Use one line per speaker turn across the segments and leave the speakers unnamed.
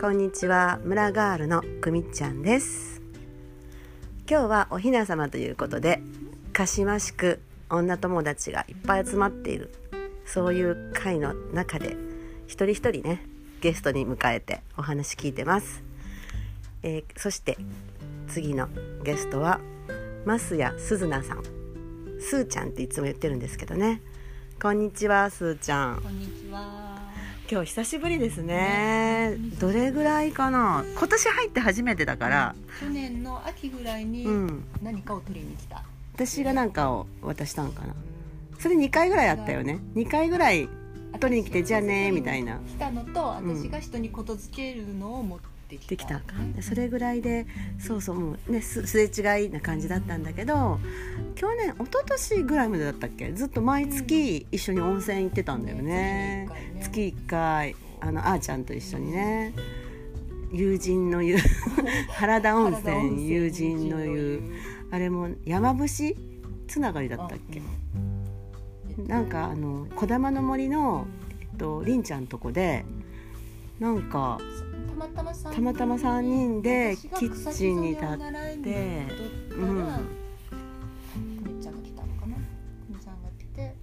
こんにちは村ガールのくみっちゃんです今日はおひな様ということで鹿島宿女友達がいっぱい集まっているそういう会の中で一人一人ねゲストに迎えてお話聞いてます、えーそして次のゲストは増谷すずなさんすーちゃんっていつも言ってるんですけどねこんにちはすーちゃん
こんにちは。
今日久しぶりですねどれぐらいかな今年入って初めてだから、
去年の秋ぐらいに
うん、
何かを取りに来た。
私がなんかを渡したんかなそれ2回ぐらいあったよね2回ぐらい取りに来てじゃあねみたいな
来たのと
うん
私が人にことづけるのを持ってきた。
できたでそれぐらいでそうそうもうねすすれ違いな感じだったんだけど去年一昨年ぐらいまでだったっけずっと毎月一緒に温泉行ってたんだよね月
月
1回あのあーちゃんと一緒にね友人の 湯原田温泉友人の湯あれも山伏つながりだったっけなんかあの「こだまの森の」えっと、りんちゃんとこでなんか
たまたまさ
たまたま3人で
私が
キッチンに立っ
草木染めを習いに
て
行っとった
う
ら
ん、
くみちゃんが来たのかな。くみちゃんが来て、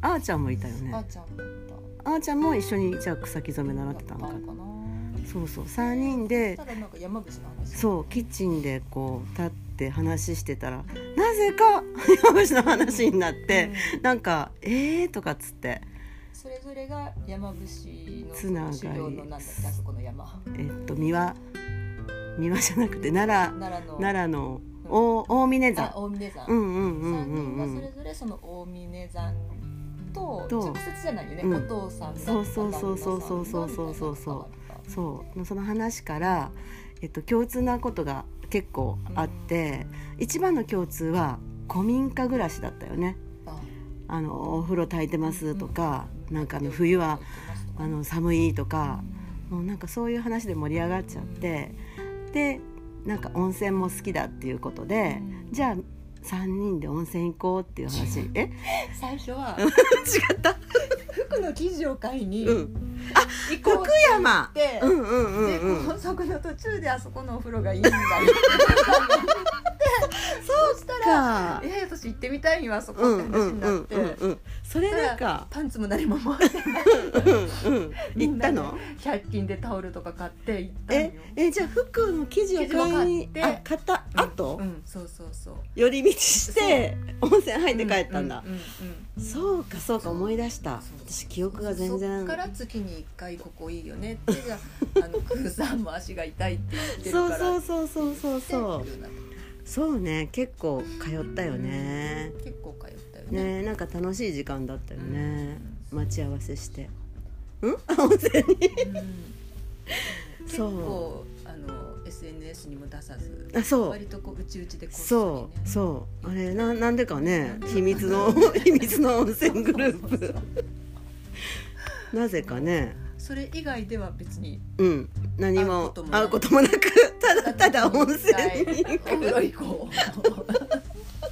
あーちゃんもいたよ
あー
ね
ちゃんもいた。
あーちゃんも一緒にじゃあ草木染め習ってたのか
だったのかな
そうそう3人で
ただなんか山伏の話
そうキッチンでこう立って話してたらなぜか山伏の話になって、
うん
なんか「えー」とかっつって
それぞれが山伏の
つながり
修行のなんだっけあそこの山
えっと三輪三輪じゃなくて奈良
奈良の
奈良の大大峰
あ
山
大峰山、
うんうんうん
3
うん
人が
う
それ
ん
ぞれその大峰山と
と
直接じゃないよね、
うん
お父さんだった
そうそうそうそうそうそうそうそうそうそうその話から、えっと、共通なことが結構あって、一番の共通は古民家暮らしだったよねあのお風呂炊いてますとか、なんかあの冬はあの寒いとか、もうなんかそういう話で盛り上がっちゃってでなんか温泉も好きだっていうことで、
うん
じゃあ3人で温泉行こうっていう話え違
最初は
った
服の記事を買いに
う
行
ん
こう
福山
って、
うんうんうんうん
で高速の途中であそこのお風呂がいいんだよそうしたら
か
えー、私行ってみたいにはそこ
う
っ
ん
て
う
話
ん
に
う
なっ
ん
て、
うんうんそれなんか
パンツも何も持って
うんうん
み
行っ
んな
た
で
の
100均でタオルとか買って行ったのよ
ええじゃあ服の生地を買いに
生地を買って
あ買った
うん
後
うんそうそうそう
寄り道して温泉入って帰ったんだ
うううん
そうかそうか思い出した
そう
私記憶が全
そ
然
っから月に1回ここいいよねってじゃああのクーさんも足が痛いって言ってる
そ
か
う
ら
そうそうそうそうそ
って
う
いうな
そうね結構通ったよね
結構通ったよ
ね
ね
なんか楽しい時間だったよね
うん
待ち合わせしてうん温泉に
うん 結
そう
構あの SNS にも出さず
あそう
割とこううちうちでこっそ
そ
りね
うそうあれななんでかね秘密の 秘密の温泉グループなぜかね
それ以外では別に
うん何も会
会
う
う
こ
こと
もなくただ ただ温泉に
お 風呂行こう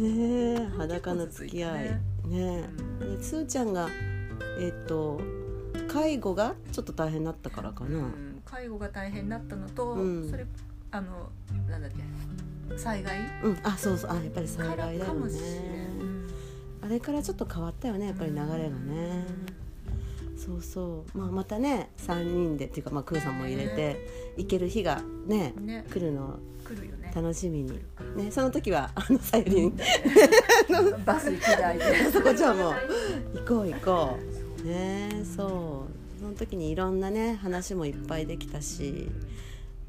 ねえ裸の付き合いねえでつーちゃんがえっ、と介護がちょっと大変だったからか
う
なん
介護が大変になったのと、
うん
それあのなんだっけ災害
うんあそうそうあやっぱり災
から
害だ
か
よ
も
ね
しれん、
あれからちょっと変わったよねやっぱり流れがね、そうそう、まあ、またね3人でっていうか、まあ、クーさんも入れて行ける日がね
うんね
来るのを
来るよね
楽しみに、ね、その時は あのさゆりに
バス一台で
そこじゃあもう行こう行こうねそうその時にいろんなね話もいっぱいできたし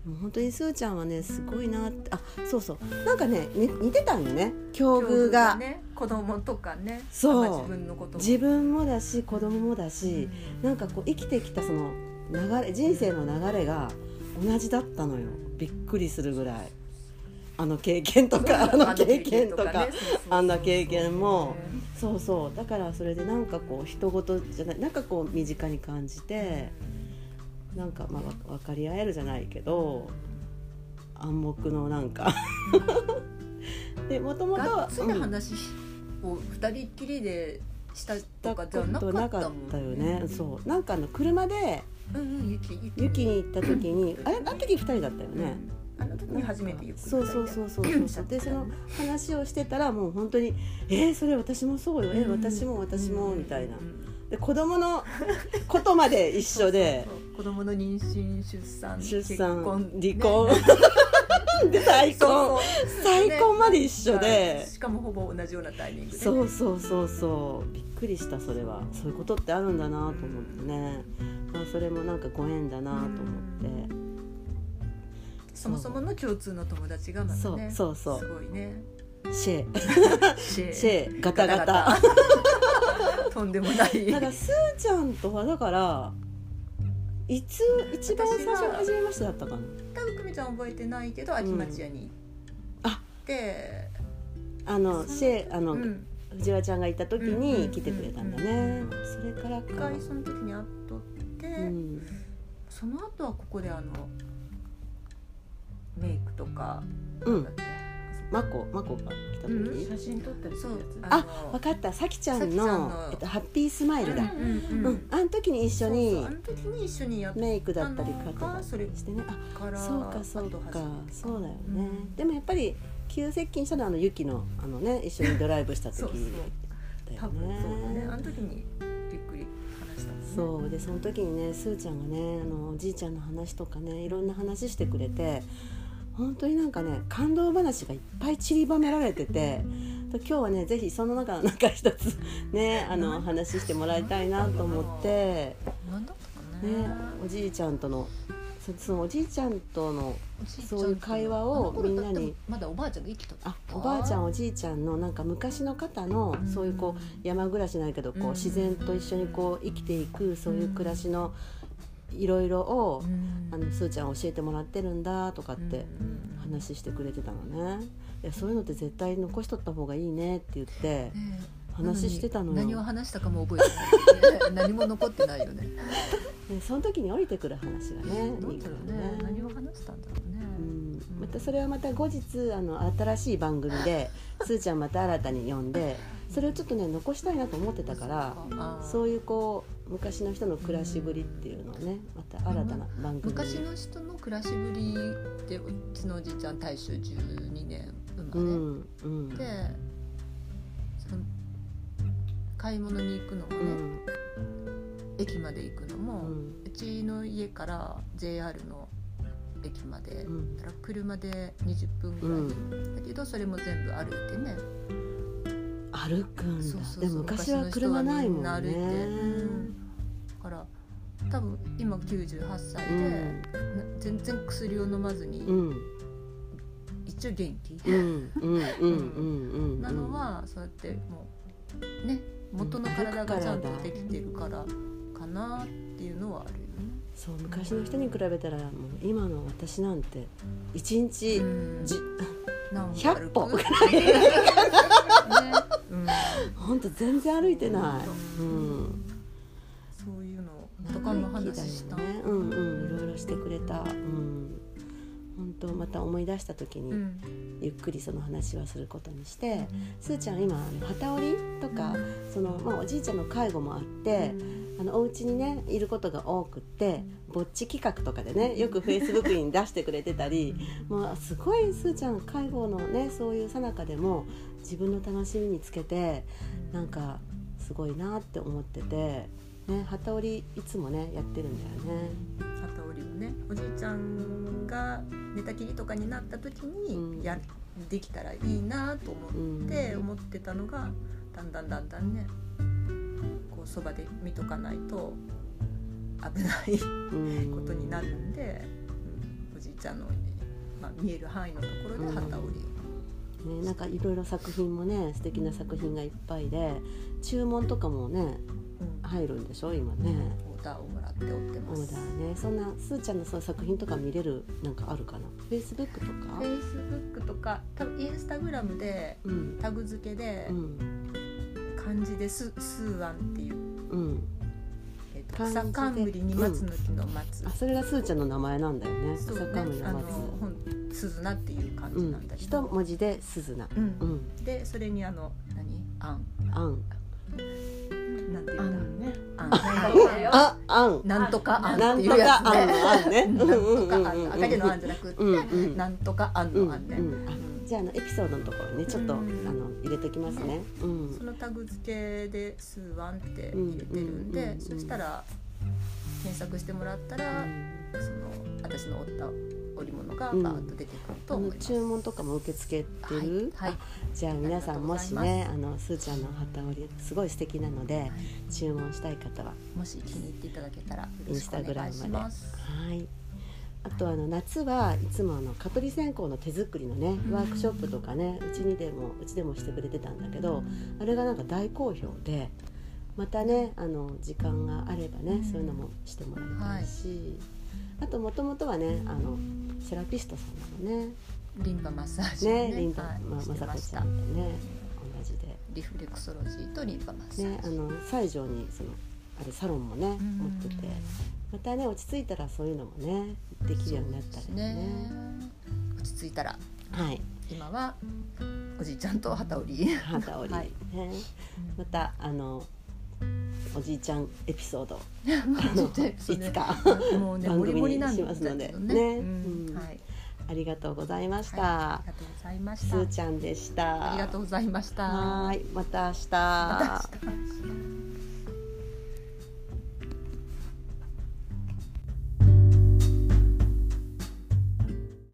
もう本当にすーちゃんはねすごいなってあそうそうなんかねに似てたんよね境遇が、
ね子供とかね
そう
まあ自分のことも
自分もだし子供もだし、
うん
なんかこう生きてきたその流れ人生の流れが同じだったのよびっくりするぐらいあの経験とかあの経験とか
ねそうそうそう
あんな経験も
ね
そうそうだからそれでなんかこう人事じゃないなんかこう身近に感じてなんかまあわ分かり合えるじゃないけど暗黙のなんかでもともと
がっ
は
つり話を二人っきりでしたとかじゃなかったもん
よねそうなんかあの車で
うんうん雪雪
雪に行った時にあれあの時2人だったよね、
あの時に初めてゆっくり
そうそうそうそうそうそうでその話をしてたらもう本当に「えー、それ私もそうよえー、私も私も」みたいなで子供 のことまで一緒で
子供の妊娠出産
出産
結婚
離婚、 で再婚再婚まで一緒で、
しかもほぼ同じようなタイミングで
そうそうそうそうびっくりしたそれはそういうことってあるんだなと思ってね、まあ、それもなんかご縁だなと思って、
そもそもの共通の友達がまたね
そうそうそう
すごいね
シェ
シェ
シェガタガタ
とんでもない
だからすーちゃんとはだからいつ一番最初
私は
初めましてだったかな
多分久美ちゃん覚えてないけど秋町屋に行って、
あのシェあの、
うん、
藤原ちゃんがいた時
うんうんう
に
ん
来てくれたんだね、それから
一
か
回、その時に会っとって、
うん、
その後はここであのメイクとか
う
なん
ん
だっけ、
マコマコが来た時、
うん
写真撮ったりす
そう
るやつ
あ
の
分かったさきちゃんの
さきちゃんの
えっと、ハッピースマイルだ、
うんうん
うん
うん
あの時に一緒
そう
に
そうあの時に一緒にやっ
メイクだったり
あの
カットだったりしてねあ
たから
そうかそうか
あと初めて
そうだよね、
うん
でもやっぱり急接近したのはあのユキのあのね一緒にドライブした時だ
そ
よ
うそう
ね
多分そうだねあの時にびっくり話したもんね
そうでその時にねすーちゃんがねあのおじいちゃんの話とかねいろんな話してくれて本当になんかね感動話がいっぱい散りばめられててで今日はねぜひその中の中一つねあの話してもらいたいなと思って、
何だったかね
ね、おじいちゃんとのそそのおじいちゃんとの
おじいちゃんと
そういう会話をみん
あの
なに
頃だってまだおばあちゃんが生きとった
あおばあちゃんおじいちゃんのなんか昔の方のそういうこう山暮らしないけどこう
うん
自然と一緒にこう生きていくそういう暮らしのいろいろを
うん
あのすーちゃん教えてもらってるんだとかって
うん
話してくれてたのねいやそういうのって絶対残しとった方がいいねって言って
ねえ
話してたのよ
なに何を話したかも覚えてないよね何も残ってないよね
でその時に降りてくる話がね
ど
いうい
だ
か
ろう
ら
ね何
ね。
を話したんだろうね
うんまたそれはまた後日あの新しい番組 ですーちゃんまた新たに呼んでそれをちょっとね残したいなと思ってたから
あー
そういうこう昔の人の暮らしぶりっていうのをねまた新たな番組に
昔の人の暮らしぶりってうちのおじいちゃん大正12年
う
生まれ、
んうん
でその買い物に行くのもね
う、ん
駅まで行くの
う
も、うんちの家から JR の駅まで、
うん
だから車で20分ぐらい、だけどそれも全部歩いてね
歩くんだ
そうそうそう
でも昔は車ないもんね
昔の人はみんな歩いてだから多分今98歳
う
で、
ん
な全然薬を飲まずに、
うん
一応元気、
うんうんうんうんうん
なのはそうやってもうね元の体がちゃんとできてるからかなっていうのはあるよね
そう昔の人に比べたらもう今の私なんて一日
うん
じ
何
100歩
歩
ぐ
く
ら
ねうん
ほんと全然歩いてない、うん、
そういうの
とかも話した
生意気だよねうんうんいろいろしてくれたうん本当また思い出した時に、
うん
ゆっくりその話はすることにしてすーちゃん今あの機織りとか、そのまあ、おじいちゃんの介護もあって、あのお家にねいることが多くってぼっち企画とかでねよくフェイスブックに出してくれてたりもうすごいすーちゃん介護のねそういうさなかでも自分の楽しみにつけてなんかすごいなって思ってて。ね、旗織りいつもねやってるんだよね。
機織りをねおじいちゃんが寝たきりとかになった時
うん
にや、できたらいいなと思
う
っ
ん、
て思ってたのがだんだんだんだんねこうそばで見とかないと危ない
うん
ことになるんで、うんおじいちゃんの、まあ、見える範囲のところで旗織りを。
ね、なんかいろいろ作品もね素敵な作品がいっぱいで注文とかもね
うん
入るんでしょ今ね
オーダーをもらっておって
オ
ます
ーダーねそんなすーちゃんのそういう作品とか見れるなんかあるかなフェイスブックとか
フェイスブックとか多分インスタグラムで
うん
タグ付けで
うん
漢字です「スーアン」っていう、
うん
えー、と
漢字で
草冠に松の木の松、
あそれがすーちゃんの名前なんだよね
そう
草
ね
冠
あ
の
の
松
本鈴菜っていう漢
う
字なん
ん
だけ
一
ど、
文字で「すずな」
うん
うん
でそれにあの何あん
「あん」
なんてい
あ
うんだ
んね
あん
ああん
なんとかあん
な
って
ん
い
と
うや
か
つ
あん
ね
の
な
あんね
ん
うんうん
と
うん
かあん赤字のあんじゃなくって
うんうん
なんとかあん
うん
のあんね
うん
う
あ
ん
じゃああのエピソードのところにねちょっとあ
うん
の入れときますねうん
そのタグ付けで「スーワン」って入れてるん
うん
で、
うんうんうん
そしたら検索してもらったら、その私の折った織物がバーッと出てくると
あ
思い
の
ます。
注文とかも受け付けてる、
はい、はい
じゃあ皆さんもしねあのすーちゃんの旗織りすごい素敵なので、
い
注文したい方は
もし気に入っていただけたらよろしくお願いします。
はいあとあの夏はいつもあの蚊取り線香の手作りのね
うん
ワークショップとかねうちにでもうちでもしてくれてたんだけどあれがなんか大好評でまたねあの時間があればね、
うん
そういうのもしてもらいたいし、あともともとはねあのセラピストさんなのね
リンパマッサージを
ねリンパ、
はい
まま
し
さ
てま
こ
し
ち
た
ゃん。とね同じで
リフレクソロジーとリンパマッサ
ね
ー
あ
ジ。
の西条にそのあれサロンもね
うん
持っててまたね落ち着いたらそういうのもねできるようになったら
そうです
ね
ね。落ち着いたら
はい
今はおじいちゃんと旗織り。
肌織り、
はい
ねまたあのおじいちゃんエピソード
あの
いつか
もうね、
番
ボリ
組
ボリ
に
なん
しますので
だけど
ね
うん
うん
はい。
ありがとうございまし
はいあ
た
り。がとうございまし
す
た
ー。ちゃんでした。
ありがとうございました。
はーい、また明日。
また明日